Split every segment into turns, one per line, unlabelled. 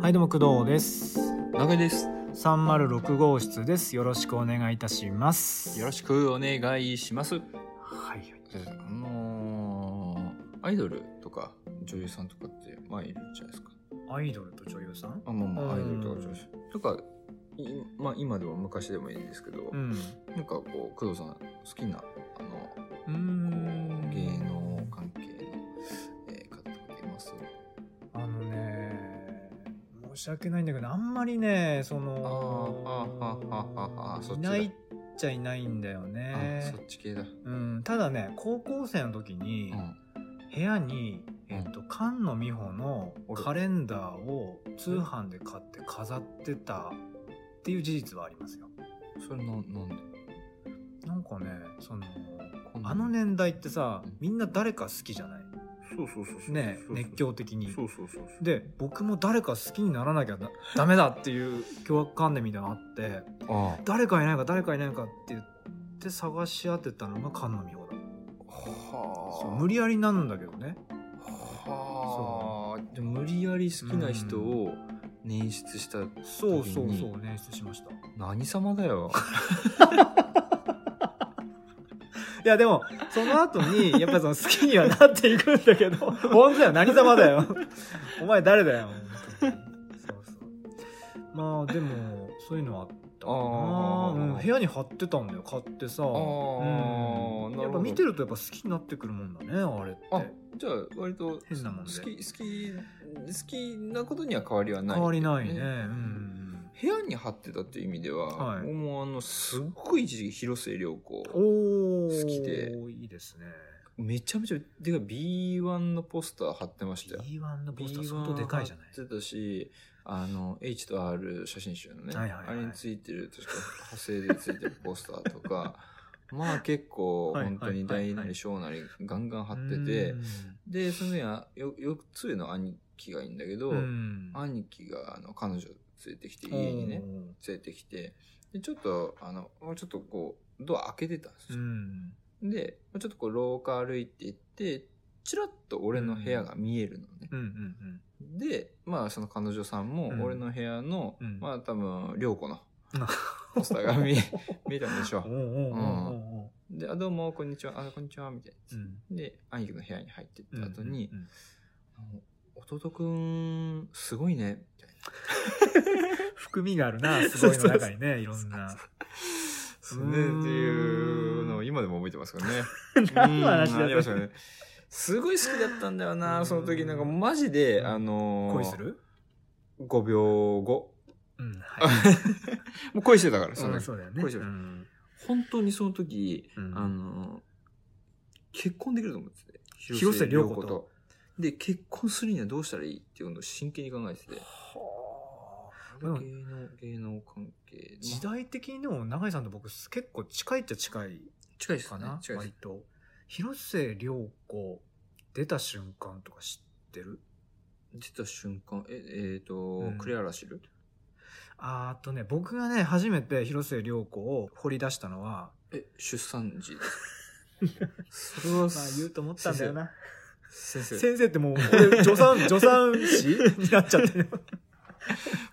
はいどうも工藤です
長井です
306号室ですよろしくお願いいたします
よろしくお願いします
はいはい
あのーアイドルとか女優さんとかってまあいるじゃないですか
アイドルと女優さん
あまあまあア
う
イ
ん
ドルとか女優さんとかいまあ今でも昔でもいいんですけど、
うん
なんかこう工藤さん好きなあのこ
うー
うん芸能関係の、えー方とかいます
あのね申し訳ないんだけどあんまりねそ
あ
の
ーあーあーあーあーそっ
い
ちだ
ないっちゃいないんだよ
あ
ね
そっち系だ、
うんただね高校生の時に
うん
部屋に、
うん
えっと菅野美穂の
俺
カレンダーを通販で買って飾ってたっていう事実はありますよ
それなんなんで
なんかねその
こんな
あの年代ってさ
うん
みんな誰か好きじゃない
そうそうそうそう
ね
そうそう
熱狂的に
そうそうそうそう
で僕も誰か好きにならなきゃなダメだっていう 凶悪観念みたいなのあって
ああ
誰かいないか誰かいないかって言って探し当てたのが菅野美穂だ
は
そう
あ
無理やりなんだけどね
はあでも無理やり好きな人を捻出した
そうそう
時
そう
に
捻出しました
何様だよ
いやでもその後にやっぱその好きにはなっていくんだけど本当だよ何様だよお前誰だよ本当にそうそうまあでもそういうのはあったか
あ
な
ー
うん、部屋に貼ってたんだよ買ってさ
ー
うん
なるほど
やっぱ見てるとやっぱ好きになってくるもんだねあれって
あ じゃあ割と
変なもん
好
で
き好き好きなことには変わりはない
変わりないねう
う
んん
部屋に貼ってたっていう意味では、
はい
僕もうあのすっごい一時期広末涼子
おー
好きで
いいですね
めちゃめちゃでかい B1 のポスター貼ってましたよ
B1 のポスター相当でかいじゃない
貼ってたし、あの、H と R 写真集のね、
はいはいはい
あれについてる、確か派生でついてるポスターとか、 まあ結構、
はい
本当に
はいはい
大なり小なりガンガン貼って
う
て
ん、
で、その上はよ、4つ上の兄貴がいいんだけど、
うん
兄貴が、あの、彼女連れてきて、家にね、連れてきて、で、ちょっと、あの、ちょっとこう、ドア開けてたんです
う
よ。
ん
で、ちょっとこう、廊下歩いていって、ちらっと俺の部屋が見えるのね。
うんうん
で、まあ、その彼女さんも
うん、
俺の部屋の、
うん
まあ、多分、涼子の
うん
ポスターが 見え見えたんでしょ
おうおうおうおうおう
う。で、あ、どうも、こんにちは、あ、こんにちは、みたいな
う
や
ん
つ。で、兄貴の部屋に入ってっ
うん
た後に、
うん
あの弟くん、すごいね、み たいな。
含みがあるなすごいの中にねいろんな
そうね、っていうのを今でも覚えてます からね。
何の話だ
うんありました
それ
ね。すごい好きだったんだよ
う
な、
ん
その時、なんかマジで、あのー、
恋する
?5 秒後。
うんはい
もう恋してたから、そ
うん
の時
そうだよね
恋する
うん
本当にその時、
うん
あの、結婚できると思ってて。
広末涼子と
で、結婚するにはどうしたらいいっていうのを真剣に考えてて。
はあ
芸
でも
能、芸能関係。
時
まあ
代的にでも永井さんと僕結構近いっちゃ近い
近いです
か
かね
な。
近いで
割
す。
と広末涼子出た瞬間とか知ってる
出た瞬間、え、えっ、と、
ん
クレアラ知る
あーっとね僕がね初めて広末涼子を掘り出したのは
え、出産時ですかそれは、
まあ言うと思ったんだよな
先生、
先生ってもう俺助産助産師になっちゃってる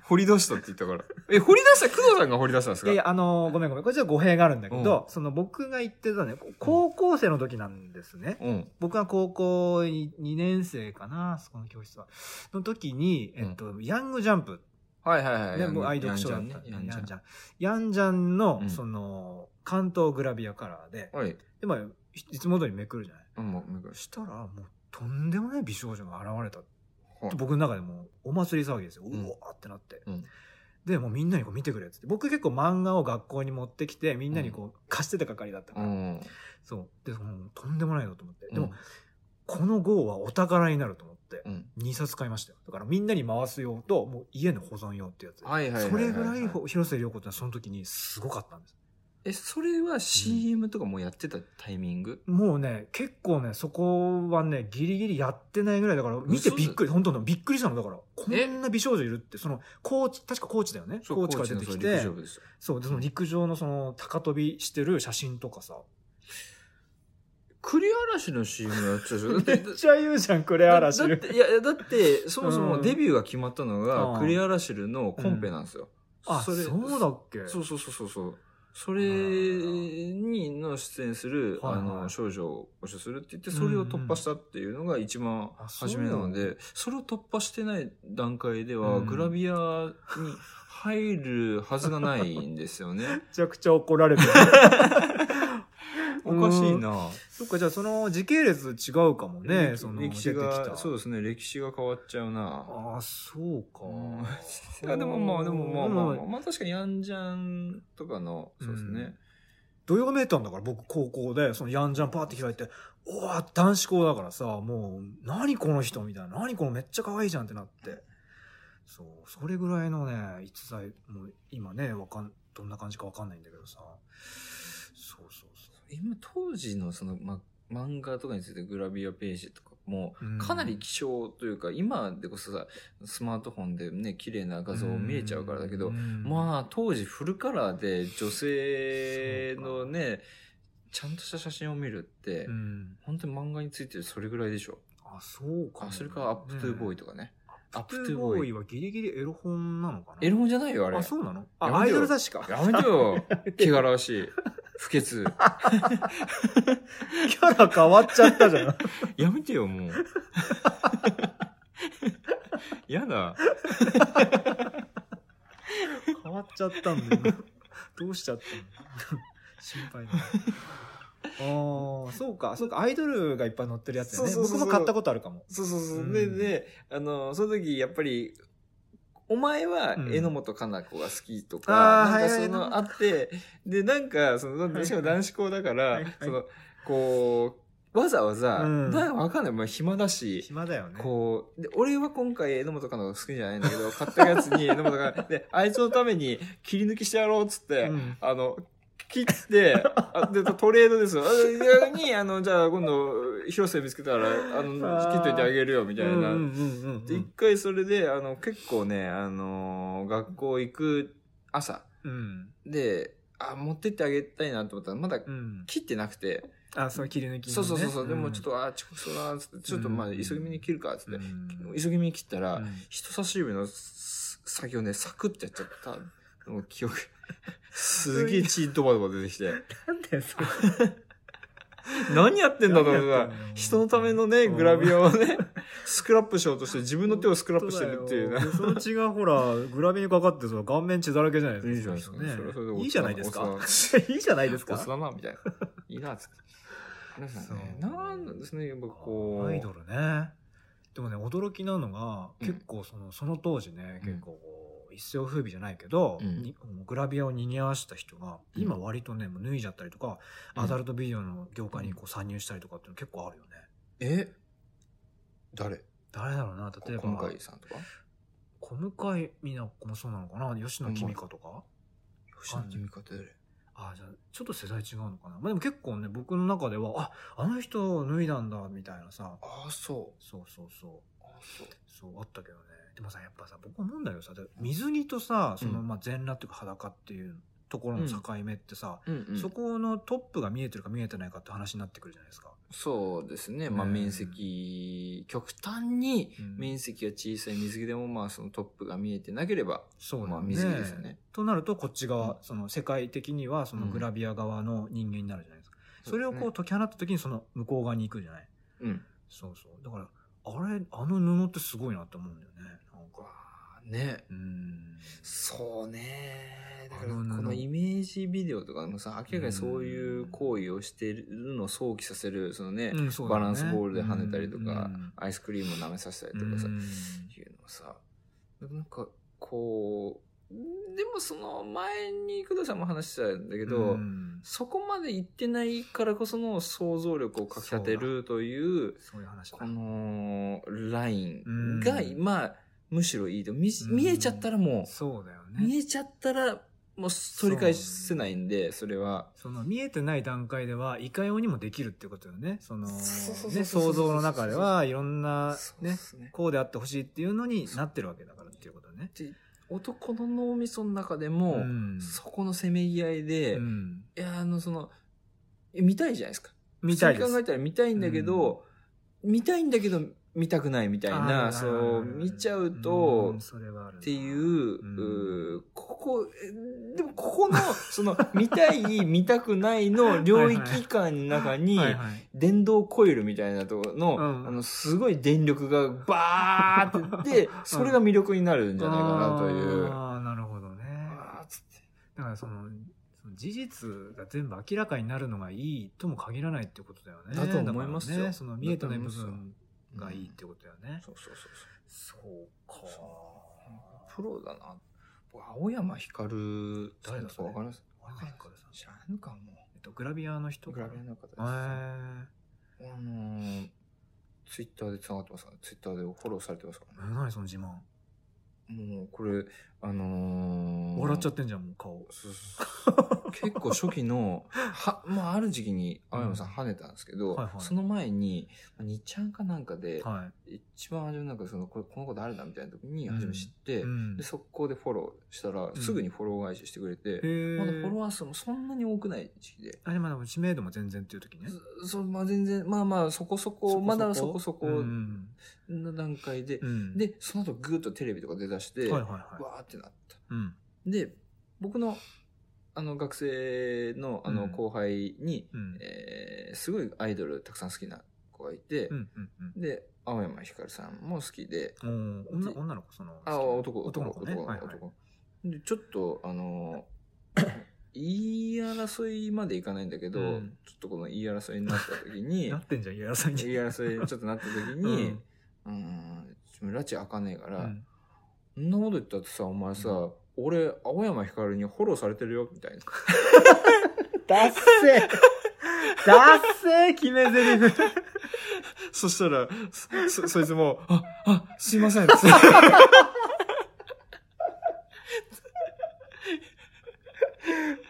掘り出したって言ったから。え、掘り出した工藤さんが掘り出したんです
い
か
やいやあのーごめんごめんこれちょっと語弊があるんだけど、その僕が言ってたね高校生の時なんですね、
うん。
僕が高校2年生かなそこの教室はの時に、えっとヤングジャンプ
はいはいはい。
でもうアイドル
やん
ショ
ち
ー
ゃ
だ
ん
った
ね
ん。でヤ
やん
ン
ち
ジャ
ゃん
ンヤンジャンの、
うん
その関東グラビアカラーで
はい。
で、まあ、いつも通りめくるじゃない
うん、もう、もう
そしたらもうとんでもない美少女が現れた
はい
僕の中でもうお祭り騒ぎですよ、うんおーってなって、
うん
でもうみんなにこう見てくれっつって僕結構漫画を学校に持ってきてみんなにこう貸してた係だったか
う
ら、
ん。
そうでもうとんでもないなと思って、で
う
も
ん
この号はお宝になると思って
うん。
2冊買いましたよだからみんなに回す用ともう家の保存用ってやつ、
はいはいはいはい
それぐらいほ広末涼子ってのはその時にすごかったんです
え、それは CM とかもうやってたタイミング、
もうね結構ねそこはねギリギリやってないぐらいだから見て
嘘だ
びっくり本当のびっくりしたのだからこ
え
んな美少女いるってそのコーチ確かコーチだよね
そう
コーチから出てき
コー
て
チのそう陸上 部ですよ
そうでその陸上のその高跳びしてる写真とかさ
栗嵐の CM やってたで しょだっ
め
て
っちゃ言うじゃん、クレアラシ
だだっ
ル。
ていやいやだってそもそうも
ん
デビューが決まったの
う
が
ん
栗嵐ルのコンペなんですよ、
あ、そうだっけ
そうそうそうそうそうそれにの出演する、
はいはい
あの少女を募集するって言ってそれを突破したっていうのが一番
あそう
初めなので、それを突破してない段階では
うん
グラビアに入るはずがないんですよね
めちゃくちゃ怒られてる。
おかしいな
そっか、じゃあその時系列違うかもね、その
歴史
出てき
が
た
そうですね歴史が変わっちゃうな
ああ、そうか。
うんあでもまあでもまあまあまあ、まあ、確かにヤンジャンとかのそうですね、
土曜メーターだから僕高校で、そのヤンジャンパーって開いて、うわ、男子校だからさ、もう、何この人みたいな、何このめっちゃ可愛いじゃんってなって。そう、それぐらいのね、逸材、もう今ね、わかん、どんな感じかわかんないんだけどさ。そうそうそ
今当時のその、ま、漫画とかについてグラビアページとかも
うん
かなり希少というか、今でこそさスマートフォンでね綺麗な画
う。
像を見れちゃうからだけど、
まあ、
まあ当時フルカラーで女性のねちゃんとした写真を見るって、
うん。
本当に漫画についてるそれぐらいでしょ
あ、そうかも
あ
ね。
それからアップトゥーボーイとかね
アップトゥーボーイはギリギリエロ本なのかな
エロ本じゃないよあれ
あ、そうなの
や
あ、
め
ア
て
イ
よ
ドル雑誌か。
やめて よ。気がらわしい。不潔。
キャラ変わっちゃったじゃん。
やめてよ、もう。 やだ。
変わっちゃったんだよ。どうしちゃったの心配だ。ああ、そうか、そうか、アイドルがいっぱい載ってるやつだよね。
そうそうそうそう
僕も買ったことあるかも。
そうそうそう。
うん
で、で、あの、その時、やっぱり、お前は
うん
榎本かな子が好きと
あー
か、なん
はい
か
はい
そのあって、で、なんか、その、しかも男子校だか
は
ら
いはい、
その、こう、わざわざ、
うん
なんかわかんない、まあ暇だし、
暇だよね。
こう、で俺は今回、榎本かのが好きじゃないんだけ ど、買ったやつに、榎本が、で、あいつのために切り抜きしてやろうっつって、
うん
あの、切って、あでトレードですよ。あでに、あの、じゃあ今度、広瀬見つけたら、あ
あー
の、切っといてあげるよ、みたい
うんうん
な。
うん
で、一回それで、あの、結構ね、あの、学校行く朝
うん。うん。
で、あ、持ってってあげたいなと思ったら、まだ
うん。
切ってなくて、
あ、その切り抜きのね。
そうそうそうそう、でもちょっ
っ
と、あ、遅刻そうな、つって、ちょっとまあ、
うん
急ぎ目に切るか、つって、
うん
急ぎ目に切ったら、
うん
人差し指のす先をね、サクってやっちゃったのを記憶。すげえ血ドバドバ出てきて。
なんだよ、それ。
何やってんだと思って
何や
さ
ってんのよ
人のためのね、
うん
グラビアをね、スクラップしようとして自分の手をスクラップしてるっていうね。
本当だよその血がほら、グラビにかかって、その顔面血だらけじゃない
いい
です
じ
か。
ゃないですかね。それはそれで
ねいいじゃないです
お
か。
つ
いいじゃないです
お
か。
つだな、みたいな。いいな、つって。なんかね、
そう
なんなんですね、やっぱこう。
アイドルねでもね驚きなのが、
うん
結構そのその当時ね、
うん
結構こう一世を風靡じゃないけど、
うん
にグラビアを賑わした人が
うん
今割とねもう脱いじゃったりとか、
うん
アダルトビデオの業界にこう参入したりとかっていうの結構あるよね
え誰
誰だろうな例えば
今回さんとか
小向井美奈子もそうなのかな吉野公香とか、
吉野君かって誰
ああじゃあちょっと世代違うのかな、まあ、でも結構ね僕の中ではああの人脱いだんだみたいなさ
ああ、そう。
そうそうそう
ああ、そう。
そうあったけどねでもさやっぱさ僕思うんだけどさ水着とさその、
うん
まあ、全裸っていうか裸っていうところの境目ってさ、
うんうん
そこのトップが見えてるか見えてないかって話になってくるじゃないですか。
そうですね。まあ、
うん
面積、極端に
うん
面積が小さい水着でも、まあ、そのトップが見えてなければ、
そうだ
まあ、水着ですよね。
となるとこっち側、
うん
その世界的にはそのグラビア側の人間になるじゃないですか。それをこう解き放った時にその向こう側に行くじゃない。
う、うん。
そうそう。だからあれあの布ってすごいなって思うんだよね。なん
わ
か。
あね。
うん。
そうね。だから、
あ
こ
の布
のイメージビデオとかもさ、明らかにそういう行為をしているのを想起させる、そのね、
うんそうだ
バ
よね
ランスボールで跳ねたりとか、
うん
アイスクリームを舐めさせたりとかさ、いうのさなんかこうでもその前に工藤さんも話してたんだけど、
うん
そこまで行ってないからこその想像力をかき立てるという
そういう話だ
このライ
うん
ンがまあむしろいいと見
うん
見えちゃったらも
そうだよ
う見
ね。
えちゃったらもう取り返せないんでそれは
その見えてない段階ではいかようにもできるってことよね。その
そうそうそうそう
ね想像の中ではいろんな
そうっ
ね
すね
こうであってほしいっていうのになってるわけだからっていうことね。
男の脳みその中でも、
ん
そこのせめぎ合いで、
うん
いやあのその見たいじゃないですか
見たい
普
で
通に考え
す。
たら見たいんだけど、見たいんだけど見たくないみたい
あー
な、そう、見ちゃうと
ん、それはあるな
っていう、
ん
うーここ、えでもここの、その、見たい、見たくないの領域間の中に、
はいはい
電動コイルみたいなところの、
うん
あの、すごい電力がバーってって、それが魅力になるんじゃないかなという。
ああ、なるほどね。
あーつって
だからその、その事実が全部明らかになるのがいいとも限らないってことだよね。
だと思います
だ
よ
からね、その見えてない部
だと思い
分がいいってことだよね。
そうそうそうそ
そうか
う。プロだな。僕青山光
誰だそれ
わかります
青山光さん
知らんのかも
えっと、グラビアの人
う。
か
グ
な
ラビアの方です。
へ
あのー、ツイッターで繋がってますから、ツイッターでフォローされてますか
え
らね。
何その自慢。
もう、これ、あのー、。
笑っちゃっててんじゃん、もう顔。
結構初期の、 は、まあ、ある時期に、青山さん跳ねたんですけど、
はいはい
その前に、2ちゃんかなんかで、
は
一番初めなんか、その、これ、この子誰だみたいな時に、
うん
初め知って、
い。うん
で、速攻でフォローしたら、
ん
すぐにフォロー返ししてくれて、
へえ。
まだフォロワー数もそんなに多くない時期で、
あ、でもでも知名度も全然っていう時ね。
そそまあ全然、まあまあ、そこそこ、まだそこそこ
うん
の段階で、
うん。
で、その後ぐーっとテレビとか出だして、
はいはいはい。
わーってなった。
うん。
で、僕の、あの、学生の、あ
う
の、
ん
後輩に、
うん。
えーすごいアイドルたくさん好きな子がいて、
うんうんうん
で、青山ひかるさんも好きで、
おー女女の子その
あ、男、
男の
男、男、
子ねはいはい
男。で、ちょっと、あの、言い争いまでいかないんだけど、
うん
ちょっとこの言い争いになった時に、
なってんじゃん、やらさん
言い
に。
争いちょっとなった時に、うーん、拉致開かねえから、
うん
そんなこと言ったってさ、お前さ、
うん
俺、青山ひかるにフォローされてるよ、みた いな。
ダッセ ーダッセー決め台詞
そしたら、そ、そいつも、あ、あ、すいま せん。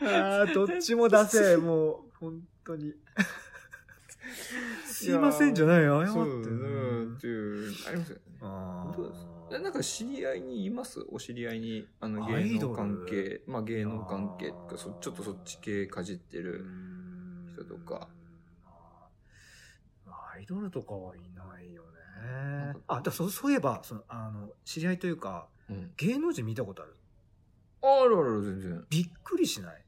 あーどっちもダセーもう、本当に。すいませんじゃないよ、謝って
そう
る。
ん、っていう、ありますよね。
あー
どうですえなんか知り合いにいますお知り合いに、あの、
アイ
芸
ド
能
ル
関係、まあ芸能関係とか、そ
あー
ちょっとそっち系かじって
うー
る。
ん
人とか。
アイドルとかはいないよ
なん
ね
か。
あ、だそうそういえばそのあの、知り合いというか、
うん。
芸能人見たことある
あるあるある、全然。
びっくりしない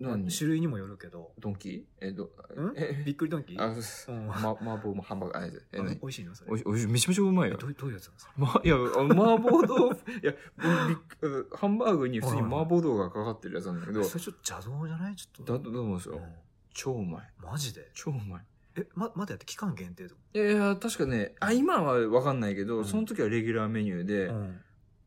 何
種類にもよるけど。
ドンキえ、ど、
ん
え、
びっくりドンキー
あ、そうです。
うん
ま、麻婆もハンバーガー、あれです。え、
あ
何
美味しいのそれ。
おい、おい、めちゃめちゃうまい
え
よ。
どうどういうやつなんですか
ま、いや、あ麻婆豆腐、いや、びっくハンバーグに普通に麻婆豆腐がかかってるやつなんだけど、だ
それちょっと邪道じゃないちょっと。
と思うんです
う
よ。
ん
超うまい。
マジで
超うまい。
え、ま、まだやって期間限定とか。
いやいや、確かね、あ、今はわかんないけ
う
ど、
ん
その時はレギュラーメニューで、
ん。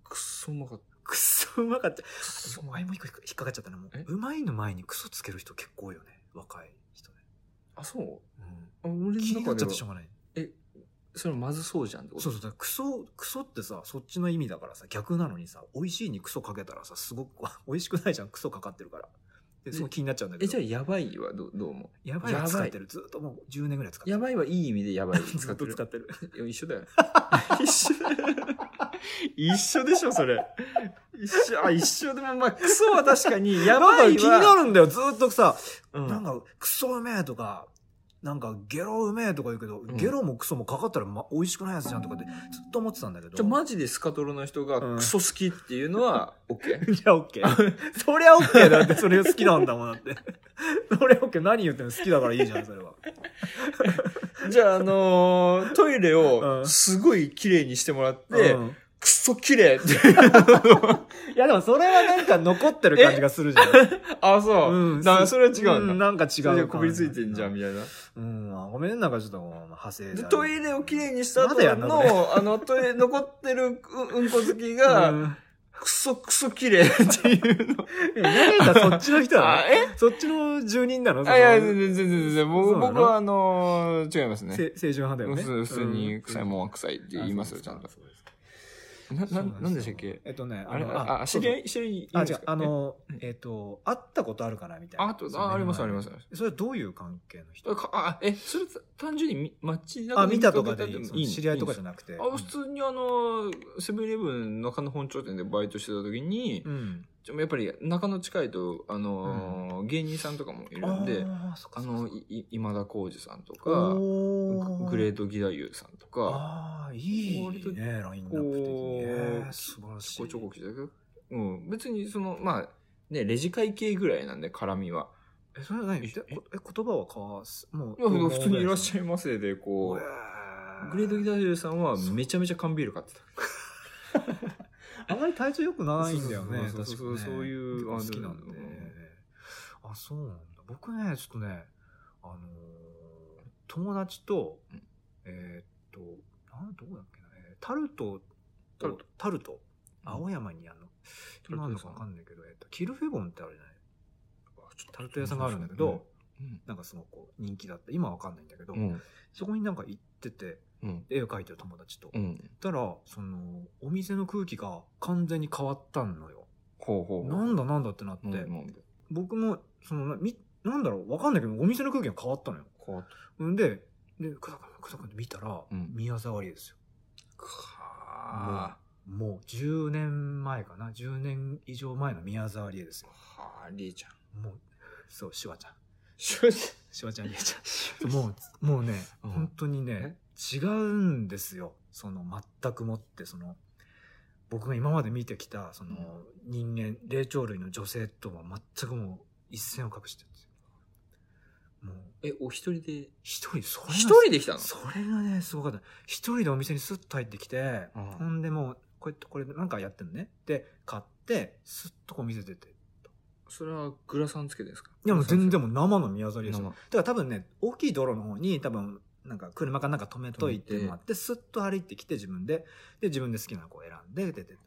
くっそうまかった。
くっそうまかった。
くっそ
お前も一個引っかかっちゃったな。も
え
ううまいの前にクソつける人結構多いよね。若い人ね。
あ、そう
うん。
あ俺
気
の
になっちゃっ
中では
てしょうがない。
それまずそうじゃんってこと
そうそうだからクソクソってさそっちの意味だからさ逆なのにさ美味しいにクソかけたらさすごく わ美味しくないじゃんクソかかってるからでそう気になっちゃうんだけ
え、
ど
じゃあやばいはどどうも。
やばいやつ使ってるずっともう10年ぐらい使って
や
る
ばいはいい意味でやばい 使
ずっ
って
と
る。
使ってる
いや一緒だよ。一緒 一緒でしょ、それ。一緒、あ、一緒でも、 まあ、クソは確かに、やば
なん
い
か気にな
は。
るんだよずっとさ、
うん
なんかクソうめえとかなんかゲロうめえとか言うけど、ゲロもクソもかかったら、ま、美味しくないやつじゃんとかってずっと思ってたんだけど
じゃあ、マジでスカトロの人が
うん
クソ好きっていうのは、OK?
いや、オッケー。そりゃオッケーだって、それ好きなんだもんだって。 それオッケー、何言っても好きだからいいじゃん、それは。
じゃあ、あのートイレ
う
を、
ん
すごい綺麗にしてもらって、
うん
クソ 綺麗って。
いやでもそれはなんか残ってる感じがするじゃ
あ、 そ
ん。う
う。
ん。
だからそれは違うんだ。
んなんか違
それ
う
で
感じ。
こびりついてんじゃん、みたいな。
うん。あごめん、なんかちょっともう派生
で
だ
トイレをきれいにした
ま
後
だやんのこれ
の、あの、トイレ、残ってるううんこ好き
う
が、
ん
クソクソ綺麗っ ていうの。
え何がそっちの人
あ
な、
え
のそっちの住人なのその
あ、いや、全然全然全然。僕
そうなの
僕はあのー、違いますね。
せ清純派だよね。
普通
う
に
ん
臭いもんは臭いって言いますよ、ちゃんと。な、な、なんでしたっけ
えっとね、
あれ、
の
あ、あ知り合い、知り合いいるん
あ、
で
違
す
う
か、
あ、の、えっと、会ったことあるかなみたいな。
あと、あ、ありますありますあります。
す。それはどういう関係の人
あかあ、え、それ単純にみマッチ
あ、見たとかでい
い
い
い
その。知り合いとかじゃ
ない
なくて。
あ、普通にあの、セブンイレブン中野本町店でバイトしてた時に
う、ん。
ちょやっぱり中野近いと、あのー芸人さんとかもいるんで、
あーそっかそっか
あの、いい今田耕司さんとか、
お
ググレートギダユさんとか、
ああーい
割と
いねラインナップ的に
こ
ね
う、
素晴らしい
ちょこちょこ来てたけど、うん、別にその、まあ、ね、レジ会系ぐらいなんで、絡みは。
えそれは何
え
えこえ言葉は交わすもう
いや普通にいらっし
ゃ
ゃいませで、こう、
う
グレートギダユさんはめちゃめちゃ缶ビール買ってた。
あまり体調良くないんだよね。
そうそうそう
確かにね
そういう
結構好きな
あ
ん
の
で。あ、そうなんだ。僕ね、ちょっとね、あのー友達と
うん、
えーっと、なん、どこだっけな、えータルト
タル
と
ト、
タルト、
うん
青山にあの、
タルト
今あ
屋さん
るのかわかんないけど、えーっと、キルフェボンってあるじゃないタルト屋さんが
が
あるんだけど、、
うん
なんかすごくこう人気だった。今はわかんないんだけど、
うん。
そこになんか行ってて、
うん。
絵を描いてる友達と。
うん。
たら、その、お店の空気が完全に変わったのよ。
ほうほうほう。
なんだなんだってなって、
うんなんで
僕も、その、なみ、なんだろう、わかんないけど、お店の空気が変わったのよ。
こう。
んで、で、くだくん、くだくんって見たら、
うん
宮沢りえですよ。
か
もう10年前かな、10年以上前の宮沢りえです
ー
よ。
はーりえちゃん。
もう、そう、シュワちゃん。
正直。
シュワちゃんりえちゃん。もう、もうね、
うん
本当にね、違うんですよ。その、全くもって、その、僕が今まで見てきた、その、人間、霊長類の女性とは全くもう一線を隠してるんですよ。もう、
え、お一人で
一人、それが
一人で来たの
それがね、すごかった。一人でお店にスッと入ってきて、
うん
ほんでもう、これ、これなんかやってんのね。で、買って、スッとこう見せてて。
それはグラサンつけてですか
いやもう全然
も
もう生の宮沢りえですよ。だ
生。
から多分ね、大きい道路の方に多分、なんか車かなんか止めといて
止めて
もらって、スッと歩いてきて自分で、で、自分で好きな子を選んで出てった。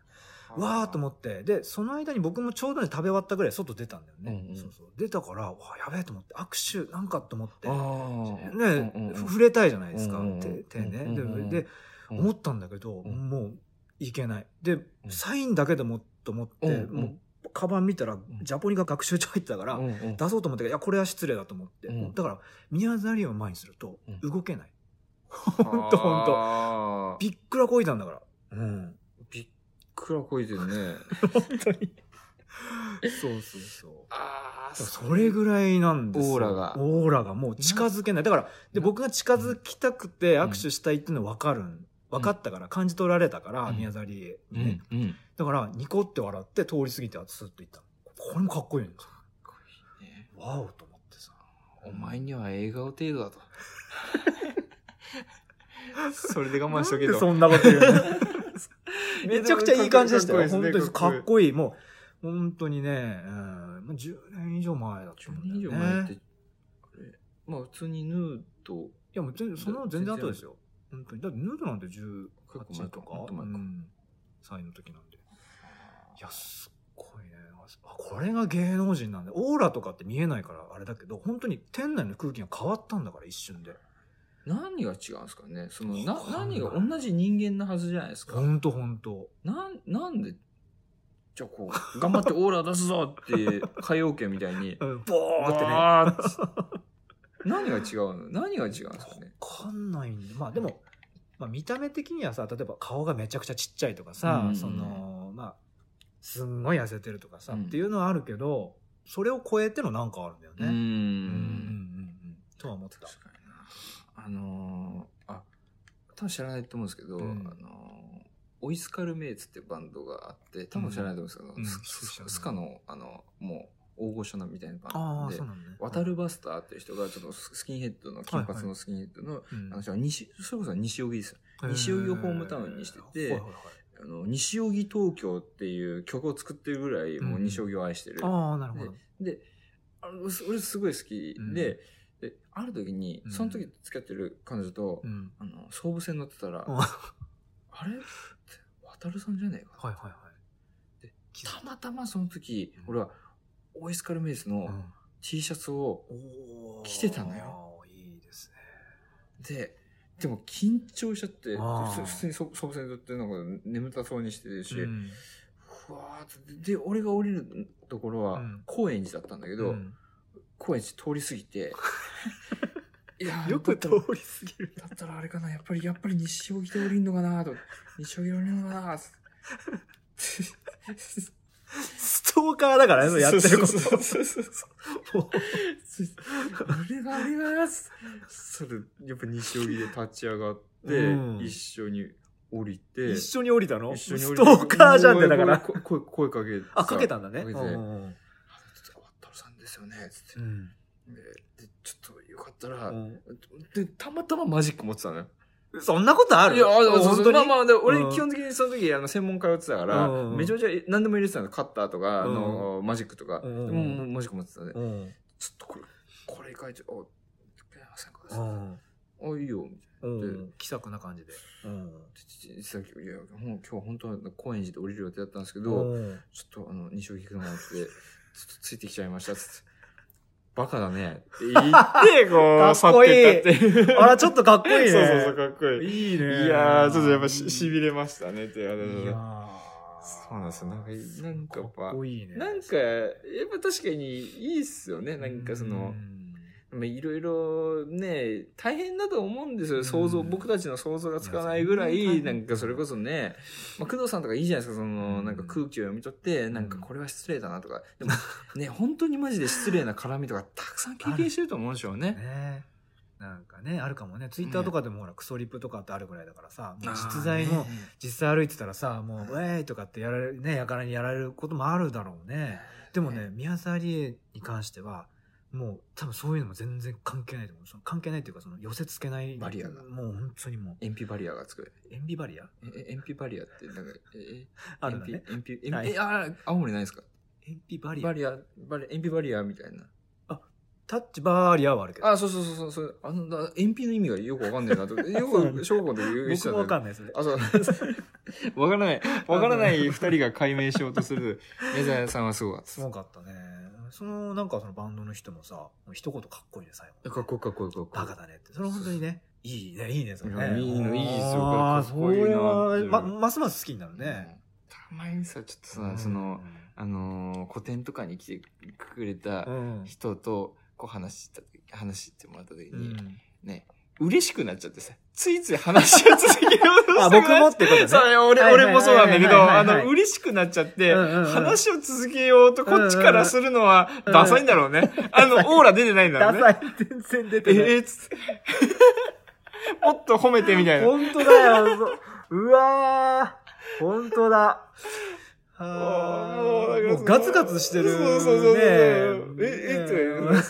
わーと思
っ
って、で、その間に僕もちょうどね、食べ終わったぐらい外出たんだよね。
うんうん
そうそう。出たから、わーやべえと思って、握手なんかと思って
て。あ、あ。
ね、
うんうんうん
触れたいじゃないですか、
うんうんうん
手手ね、
うんうんうん
でで
うん
思ったんだけど、
うん
もういけないで
ん
サインだけでもと思って、
うんうん
もうカバン見たらジャポニカ学習帳入ってたから、
うんうん
出そうと思ったけどいやこれは失礼だと思って、
うん
だから宮沢りえを前にすると
うん
動けない、
ほ
んとほんと
と。
びっくらこいたんだからうん
びっくらこいてるね。
本当にそうそうそう
ああ、
それぐらいなんですよ
オーラが
オーラがもう近づけない。だから、で、
な
僕が近づきたくて
うん
握手したいっていうの分かるん。分かったから、感じ取られたから、
うん
宮沢りえ
う
にね
ん。。うん。
だから、ニコって笑って通り過ぎて、スッと行ったの。これもかっこいいんです
かっこいいね
よ。わおと思ってさ。
お前には映画程度だと。それで我慢しとけ
なんで
と。
そんなこと言うの めちゃくちゃいい感じでしたよ。
かっこい
本
い
当
ですね
にかっこいい。もう、本当にね、うんまあ10年以上前だった
10
もんだよ
年
ね
以上前って、あれまあ普通にヌード、
いやもう全然、その全然後ですよ。本当に。だってヌードなんて18
結
とか、う
構前かもっと前か
ん、歳の時なんで。いや、すっごいね。あ、これが芸能人なんで、オーラとかって見えないからあれだけど、本当に店内の空気が変わったんだから、一瞬で。
何が違うんですかねそのな
わかんない
何が同じ人間なはずじゃないですか
ほ。んとほんと。
なんなんで、じゃあこう、頑張ってオーラ出すぞって、歌謡曲みたいに、
うん、ボーってね。 わ
わーって 何が違うの何が違うんですかね
かんないんで。まあでも、まあ見た目的にはさ、例えば顔がめちゃくちゃちっちゃいとかさ、
うん
その、まあ、すんごい痩せてるとかさ、
うん
っていうのはあるけど、それを超えてのなんかあるんだよ
う
ね。
ー
うんうんうん
ん。
うんとは思ってた。
確かにな。あのー、あ、多分知らないと思うんですけど、
うん
あのー、オイスカルメイツってバンドがあって、多分知らないと思うんですけど、
うん
ス
そう知らない
ススカの、あの、もう、大御所なみたいな
あ
バン
あ、
ド
そうな
で、
んだね。
ワタルバスターっていう人が、ちょっとススキンヘッドの、金髪のスキンヘッドの、
うん、
あの人は西、それこそ西荻ですよ西荻をホームタウンにしてて
へーはいはいはい
あの、西荻東京っていう曲を作ってるぐらい、もう西荻を愛してる。
ああ、なるほど。
で、あのす俺すごい好きで、で、ある時に
う、ん
その時付き合ってる彼女と、
うん。
あの、総武線乗ってたら、
うん
あれ渡るさんじゃねえか。
はいはいはい。
で
気づい
たまたまその時
うん、
俺は、オイスカルメイスの
た、
T シャツを、
おー
来てたのよ。
いいです
で、でも緊張しちゃって、
あー
普通に総総武線乗ってなんか眠たそうにしてるし、
ね。ん。
ふわーって、で、で俺が降りるところ
う
は
ん、
高円寺だったんだけど、
うん
高円寺通り過ぎ て、いやー
よく通
だっ
り過ぎる。
たらだったらあれかな、やっぱり、やっぱり西荻で降りるのかなと、西荻で降りるのかな
ストーカーだからね、やってるこ
そうそうそうそう
と。もう
俺が、俺が、それ、やっぱ西荻で立ち上がって、
うん
一緒に降りて、
一緒に降りたの
一緒に
ス
降り
ト
て
ーカーじゃんって、だから。
声声声かけ
あ、かけたんだね。
かけて
うんうん
あちょっとワッタロさんですよね、つ
う
って。
ん
で、でちょっとよかったら、
うん
で、たまたまマジック持ってたのよ。
そんなことある
いや、あそうそう
本当に
まあまあ、で俺
うん
基本的にその時、あの、専門通ってたから、
うん
めちゃめちゃ何でも入れてたの。カッターとか、あ
うん
の、マジックとか、
う
で
ん
ももうマジック持ってたね。
うん
ちょっとこれ、これ書いて、あ、ペアさんから
う
さ、
ん
あ、いいよ、みたいな。
うん気さくな感じで。うん
さっき、いや、ほん今日本当は高円寺で降りる予定だったんですけど、
うん
ちょっとあの、西荻車乗って、ちょっとついてきちゃいました、つって。バカだね。って言って、こ
か
う、去
っこいい
って ったって。
あら、ちょっとかっこいいね。
そうそうそう、かっこいい。
いい
い
ね。
やー、ちょっとやっぱし、しびれましたね、って。あ
いや
の
ー
そうなんですよ。なんか、な
か
んかや
っ
っぱ、
こいいね。
なんか、やっぱ確かにいいっすよね。なんかその、まあ、いろいろね、大変だと思うんです
う
よ。
ん
想像、僕たちの想像がつかないぐら
いやそん
い、
な
な
に大変
んかそれこそね、まあ、工藤さんとかいいじゃないですか、その、
うん
なんか空気を読み取って、なんかこれは失礼だなとか。でも、ね、本当にマジで失礼な絡みとかたくさん経験してると思うんでしょう
うん。
ね。
ねなんかね、あるかもね。ツイッターとかでもほら、クソリプとか ってあるぐらいだからさ、もう実在
あ
の
ー、ね
実際歩いてたらさ、もう、ウェーイとかってやられる、ね、やからにやられることもあるだろうね。でもね、宮沢りえに関しては、もう多分そういうのも全然関係ないと思う。その関係ないっていうか、その寄せ付けない。
バリアが
もう本当にも
鉛筆バリアがつく。
う、塩ビバリア
え、え鉛筆バリアって、なんか、え、え
あるんだね。
鉛筆、鉛筆、
はい
鉛筆え、あー、青森ないですか
塩ビバリ
バ
ア。
リア、バリア、鉛筆バリアみたいな。
タッチバーリアはあるけど。
あ、そうそうそうそうそう。あの、だ鉛筆の意味がよくわかんないなと。 よ
そうなんだ
く、小学校の時言う
僕もわかんない、それ。
あ、そう。わからない。わからない二人が解明しようとする。メザヤさんはすごかっ
すごかったね。その、なんかそのバンドの人もさ、もう一言かっこいいね、最
た。
後。
かっこいいかっこいいかっこい
バ
い。
カだねって。それ本当にね、いいね、いいね、それ
いや
ね。
いいのいいですよ
あー
かっこいいなって
それは、ま、ますます好きになるね。
たまにさ、ちょっとさ、その、あのー、古典とかに来てくれ
う
た
ん、
人と、こう話した時、話してもらった時
う
に、
ん。
ね、嬉しくなっちゃってさ、ついつい話し合続けようと
あ、
したくなっ
僕
ちゃう
もってことね。
そう、俺、
はいはいはい
俺もそうなんだけど、
はいは
あ
いはい
の、嬉しくなっちゃって、
うんうんうん
話を続けようとこっちからするのは、
うん
ダサいんだろうね。あの、オーラ出てないんだ ろ
ダ
うね。
サい。全然出
え
てない。
ー、つって。 もっと褒めてみたいな。
本当だよ。そううわー。本当だ。
あ
は
ー
ー
もう
もうガツガツしてる。
そうそうそうそう。
ね
え、え、とか
え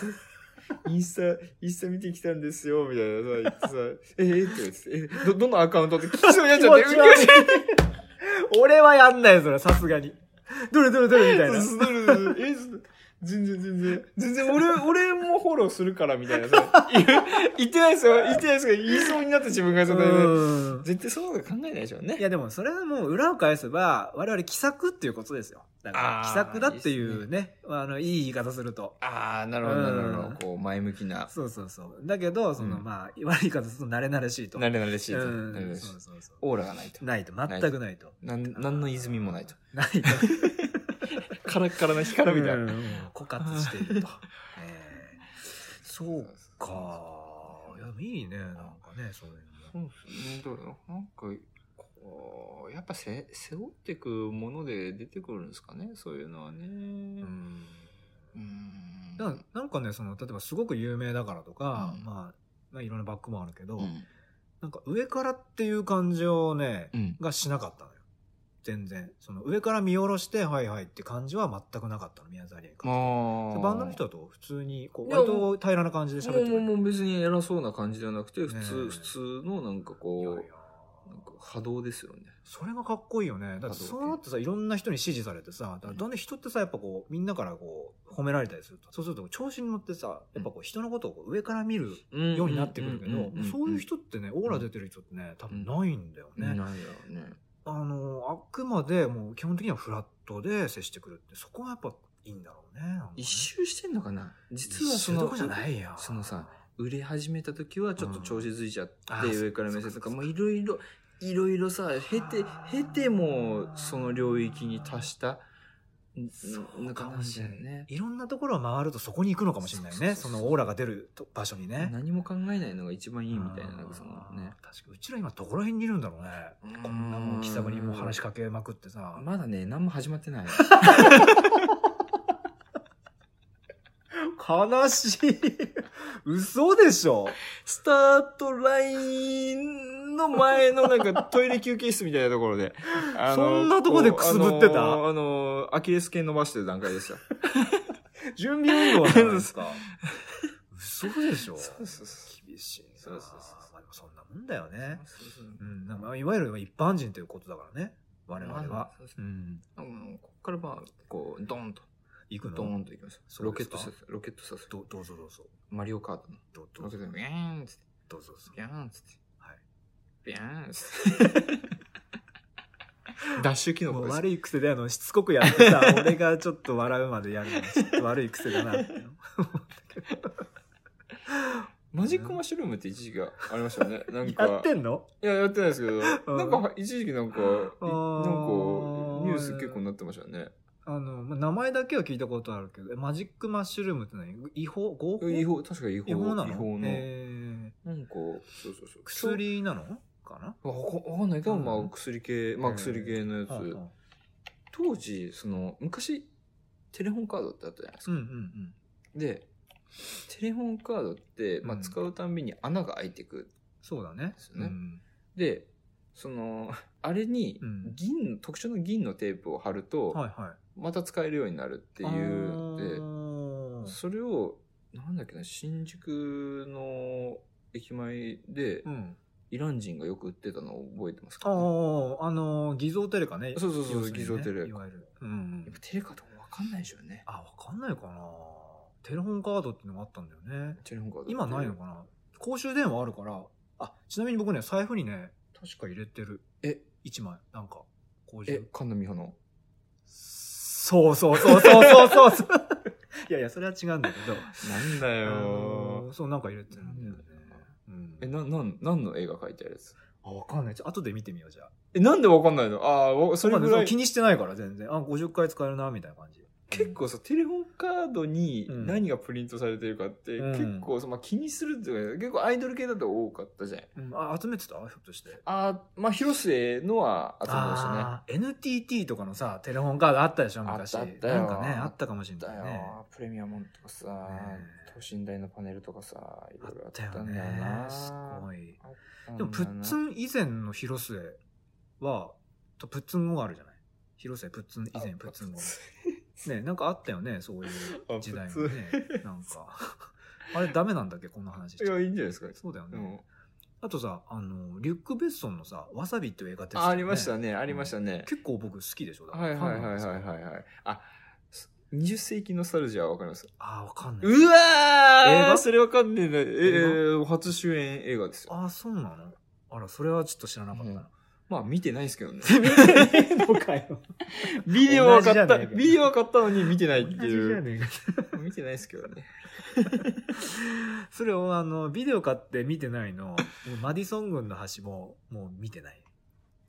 言うインスタ、インスタ見てきたんですよ、みたいなさ、言ってさ、え、え、とか言ってえ、ど、どのアカウントって聞きそうになっ
気
ちゃっ
持
て、
ち悪い。俺はやんないよ、それ、さすがに。どれどれどれみたいな。
そうそうそうえ全然全然。全然俺、俺もフォローするからみたいなさ。言う言ってないですよ。言ってないですけど、言いそうになった自分がちょっとね
うん
絶対そういうこと考えないでしょう
い
ね。
やでもそれはもう裏を返せば我々気さくっていうことですよ。だから
あー
気さくだっていうね、あの、いい言い方すると。
ああ、なるほど、なるほ
うん
ど。こう、前向きな、
そうそうそう。だけど、その、
うん
まあ、悪い言い方すると慣れ慣れしいと。
慣れ慣れしいと。
うん
慣れ慣れしい
そうそうそう。
オーラがないと。
ないと。全くないと。
なん、なんの泉 もな いと。
ないと。
カラッカラな干からびた。
うん枯渇していると。 ええそうか。いや、でもいいね。なんかね、そういう
そうですね。どうだろうなんか、こう、やっぱせ、背負ってくもので出てくるんですかねそういうのはね。
の。うん。
うん
だからなんかね、その、例えばすごく有名だからとか、
うん
まあ、まあ、いろんなバックもあるけど、
うん。
なんか上からっていう感じをね
う、ん。
がしなかったのよ。全然。その上から見下ろして、はいはいって感じは全くなかったの、宮沢りえから。
ああ。
バンドの人だと普通に、こう、
いや
割と平らな感じで喋ってく
もう
れる。
もう別に偉そうな感じじゃなくて、普
ね
通、
え
普通のなんか
いや
こ
いや
う、なんか波動ですよね。
それがかっこいいよね。だってそうなってさ、いろんな人に支持されてさ、だからだんだん人ってさ、やっぱこう、みんなからこう、褒められたりすると。そうすると、調子に乗ってさ、やっぱこう、人のことをこう上から見る
うん
ようになってくるけど、そういう人ってね、オーラ出てる人ってね、多分ないんだよ
ね。ない
ね。
よね。
あの、あくまでもう基本的にはフラットで接してくるって、そこがやっぱいいんだろうね。なんかね
一周してんのかな実は
一
そ
周ど
の
こ、じゃないよ。
そのさ、売れ始めた時はちょっと調子づいちゃって
うんあ、ー
上から目線とか、
そっかそっか
もういろいろ、いろいろさ、経て、経てもその領域に達した、ん
そうか
ん
もしれない
んだよね
ね。いろんなところを回るとそこに行くのかもしれないね。
そ
そう
そうそう
のオーラが出ると場所にね。
何も考えないのが一番いいみたいな、なんかそのね。
確かにうちら今どこら辺にいるんだろうね こんなもう気さくにもう話しかけまくってさ
まだね、何も始まってない。
悲しい。嘘でしょ
スタートラインの前のなんかトイレ休憩室みたいなところ で。あの
そんなとこでくすぶってた
あのあのアキレス腱伸ばしてる段階 でした。
準備運動なんですか 嘘でしょ
そうそうそ
厳しいな。
そうそうそう
まあでもそんなもんだよね。
う。
うん。なんかまあいわゆる一般人ということだからね。我々
まあ
は
そうで。す
うん。
うんこっからまあ、こう、ドーンと、
行くの
ドーンと行きまし
そ
た。
う
ロ
で
ケ
す
ッ
か
トさせ、ロケットさせ、
どどうぞどうぞ。
マリオカートの。
どど
ロ
う
ケ
ぞ
ットでビャーンっつって、
どうぞどうぞ
ビャーンっつって、
はい。
ビャーンっつって。 ダッシュ機能
も
と
う
かです
悪い癖であのしつこくやってさ俺がちょっと笑うまでやるのちょっと悪い癖だなっていうの
マジックマッシュルームって一時期ありましたよね。 なんか。
やってんの
いや、やってないですけ
う
ど、
ん
なんか、一時期なんか、いなんか、
あ
ニ
ー
ュース結構なってましたよね。
あの、まあ、名前だけは聞いたことあるけどえマジックマッシュルームって何違法合法
違法、確か違法。
違法なの
違法の。
え
なんか、そうそうそ
ー
う。
薬なのかな
ちょ。わかわかんないけど、ま
うん
あ、薬系、ま
う
あ、
ん
薬系の
う
や
んうん
つ。当時、その、昔、テレホンカードってあったじゃないです
う
か。
んうん
で、テレホンカードって、まあ、
うん
使うたんびに穴が開いてく。
そうだね
ですよね
うん
で、その、 あれに
うん、
銀の、特徴の銀のテープを貼る
は
と、
いはいっ
また使えるようになるっていうので、それを、なんだっけな、新宿の駅前で
う、ん、
イラン人がよく売ってたのを覚えてます
あ
か、
ああの偽造テレかね
そうそうそう
要するにね
偽造テレ
いわゆる、うんう
やっ
ん
ぱ、テレカとかわかんないでしょうね。
あわかんないかなテレホンカードっていうのがあったんだよね
テレホンカード。
今ないのかな公衆電話あるから、あ、ちなみに僕ね、財布にね、確か入れてる。
え、
1枚。なんか、公
え
衆。、
神田美穂の。
そうそうそうそうそうそう そう。いやいや、それは違うんだけど。
なんだ
あのー。そう、なんか入れてるんだよね。うん
え、な、なん、なんの絵が描いてあるやつ
あ、わかんない。ちょ後で見てみよう、じゃあ。
え、なんでわかんないのああ、わそれ
まあね
ぐらい
気。にしてないから、全然。あ、50回使えるな、みたいな感じ。
結構さ、テレホンカードに
うん
何がプリントされてるかって、
うん
結構さ、まあ、気にするっていうか、結構アイドル系だと多かったじゃん。
うん、あ、集めてたひょっとして。
ああ、まあ、広末のは集めましたね。
あー NTT とかのさ、テレホンカードあったでしょ、昔。
あったあったよ
なんかね、あったかもしれ
だ
ない
よ、
ね。
プレミアムとかさ、
ね
等身大のパネルとかさい
あ
ろいろあ
っ
った
よ
たんだよ
ね
な。
すごい。
あったんだよな
でも、プッツン以前の広末は、とプッツン後があるじゃない広末、プッツン以前、
あ
プッツン後。
ン
ね、なんかあったよね、そういう
あ
時代
プ
も
ッツ
ね。なんか。あれダメなんだっけ、こんな話し
ンい
ちゃ
やいいんじゃないですか
そうだよ
で
ね。
も
あとさ、あの、リュック・ベッソンのさ、わさびっていう映画出てたよ
あ
ね
ありましたねありましたね、
結構僕好きでしょ、だか
はい
ら
はいはいはい
ファン
は
ないんですよ
はいあ20世紀ノスタルジアはわかります。
あー、わかんないう
わー
映画
それわかんねえな。え
映
ー、初主演映画ですよ。
あー、そうなのあら、それはちょっと知らなかったな。
まあ見てないですけ どね。
どうかよ。
ビデオは買
同じ
っ
じゃ
た、
ねえか
ビデオは買ったのに見てないって
同じじ
い
ゃ
う。
ねえか
見てないですけどね。
それをあのビデオ買って見てないのもうマディソン軍の橋ももう見てない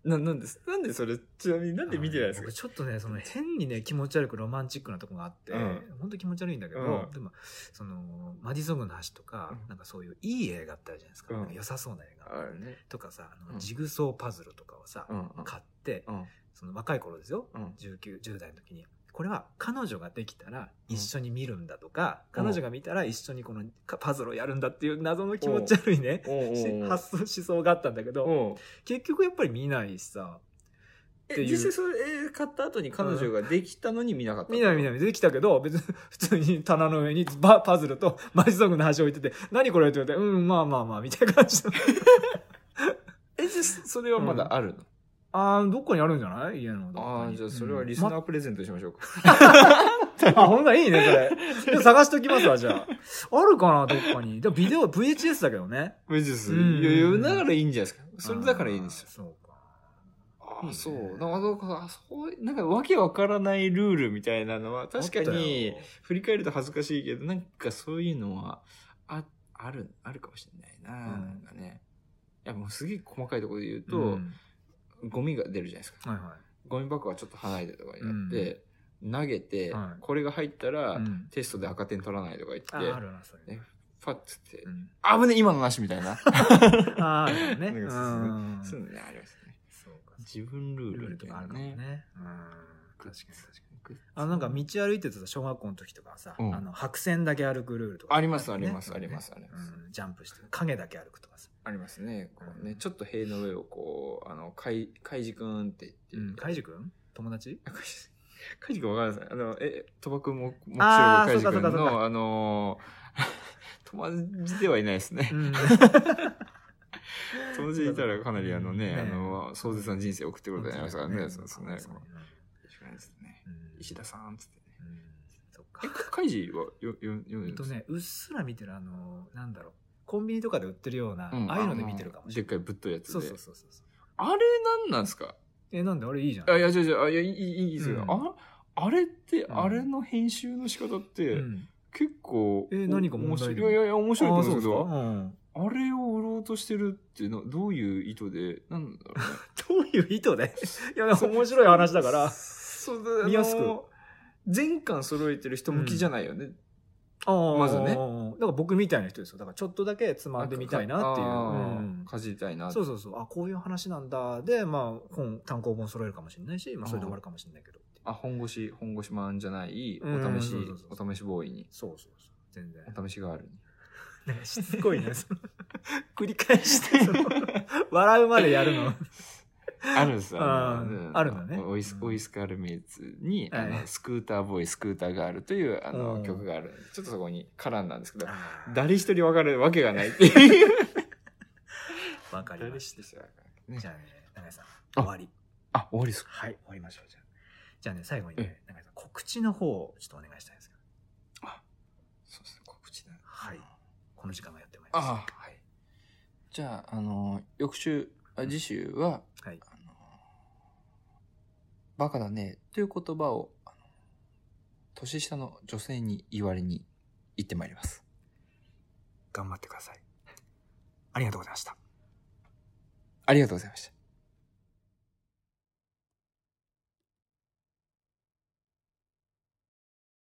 な、なんです、なんでそれ、ちなみになんで見てないです
あの
か
僕ちょっとねその変にね気持ち悪くロマンチックなとこがあって、
うん
本当気持ち悪いんだけど、
うん
でもそのマディソン軍の橋とか、
うん
なんかそういういい映画ってあるじゃないですか,、
うん
なんか良さそうな映画
あるね。
とかさあ
う
の
ん
ジグソーパズルとかをさ、
うんうん。
買って
うん。
その若い頃ですよ
うん。
1910代の時にこれは彼女ができたら
うん
一緒に見るんだとか、
うん
彼女が見たら一緒にこのかパズルをやるんだっていう謎の気持ち悪いね、し発想思想があったんだけど
お
結局やっぱり見ないしさって
え、
いう
実際それ、えー買った後に彼女ができたのに見なかった。
見ない見ないできたけど別に 普通に棚の上にパパズルとマジソングの端置いてて「何これ?」って言われて「うんまあまあまあ」みたいな感じだ
え、じゃあそれはまだあるの、
あーどっかにあるんじゃない家のどっかに
ああ、じゃあそれはリス
うん
ナープレゼントしましょうか。
まあほんならいいねそれでも探しときますわじゃああるかなどっかにでもビデオ VHS だけどね
無事です
うん
余裕ながらいいんじゃないですか。それだからいいんですよ。
よそうか
あ
ー
あ、そ
いいね
う。なんかそうか、あそう、なんかわけわからないルールみたいなのは、確か
あっ
に
た、よ
振り返ると恥ずかしいけど、なんかそういうのは、あ、ある、あるかもしれないな。
うん
なんかね。いや、もうすげえ細かいところで言うと、
うん
ゴミが出るじゃないですか。
はいは
ゴミ箱はちょっと離れたところにあって、投げて、
はい
これが入ったら、
い、うん、
テストで赤点取らないとか言
あ
っ
ーあ
て、
るなそれ、
ねパッつって
う、ん
危ねえ今のなしみたいな。
ああ、 ね。う
なんか
ん。
そういうのね、ありますね。
そうか
自分ルー
ルー
ル
ル
み
と
たい
かあ
な
るかも
ね。
ね。うん。確かに確かに。あのなんか道歩いてた小学校の時とかさ、
うん
あの白線だけ歩くルールとか、
ありますありますありますあります
うんジャンプして影だけ歩くとかさ、
ありますね。こうね、ちょっと塀の上をこう、あの、かい、かいじくんって言って。
カイジ君友 達
あかいじかいじくんわかんないです。あの、え、賭博も、もちろん
あー
かいじくん
そうかそうかそう
の、あの ー、友達ではいないですね。
ん
友達いたらかなりあのね、
ね
あの、壮絶な人生を送ってくることになりますからね。そうですね。
そうね
しかないですね。
うん
石田さんっつってね。
うんそっか
え、カイジはよ、よ、よ、
えっとねうっすら見てるあのなんだろうコンビニとかで売ってるような、
うん
ああいうので見てるかもしれ
でっかいぶっといやつ
ない
で。
そうそうそうそうそう
あれなんなんですか
えなんであれいいじゃん
あ、いや、違う違う、あいや、いい、いいいいですよ。
うん
あ、あれって、
ん
あれの編集の仕方って、
うん、
結構、
え何か問
面
題
白い。
で
い
も
やいやいや、面白いと思うんですけ
あ
ど、
ーそううん
あれを売ろうとしてるっていうのは、どういう意図で、なんだろうね。
どういう意図で いや、面白い話だ から。
そうだ
見やすく。
あの全巻揃えてる人向きじゃないよね。
ああ
まずね
だから僕みたいな人ですよ。だからちょっとだけつまんでみたいなっていう
あ
うん
ー。かじりたいなって
そうそうそう。あ、こういう話なんだ。で、まあ、本、単行本揃えるかもしれないし、まあ、それで終わるかもしれないけど。
あ、本腰、本腰マンじゃない、
うん
お試し
そうそうそう、
お試しボーイに、
そうそうそう。全然。
お試しガールに。
ね、しつこい ね。
繰り返して
そう笑うまでやるの。
あるんです
あー
の
あるのね
オイス
うん
オイスカルメイツに、あ
はい
の、スクーターボーイ、スクーターガールという、あ
うん
の、曲があるんで。ちょっとそこに絡んだんですけど、
あ
誰一人分かるわけがないっていう。
ーわかり
誰
ま
一
し
人分かる
た。
ね
じゃあね、長井さん、終わり。
あ、終わりですか。
はい、終わりましょう。じゃあ。じゃあね、最後にね、長井さん、告知の方をちょっとお願いしたいんですけど。
そうですね、告知だ。
はい。この時間がやってまいりました。
あーはい。じゃあ、あの、翌週、あ次週は、
はい。
あの、バカだね、という言葉を、あの年下の女性に言われに行ってまいります。
頑張ってください。ありがとうございました。
ありがとうございました。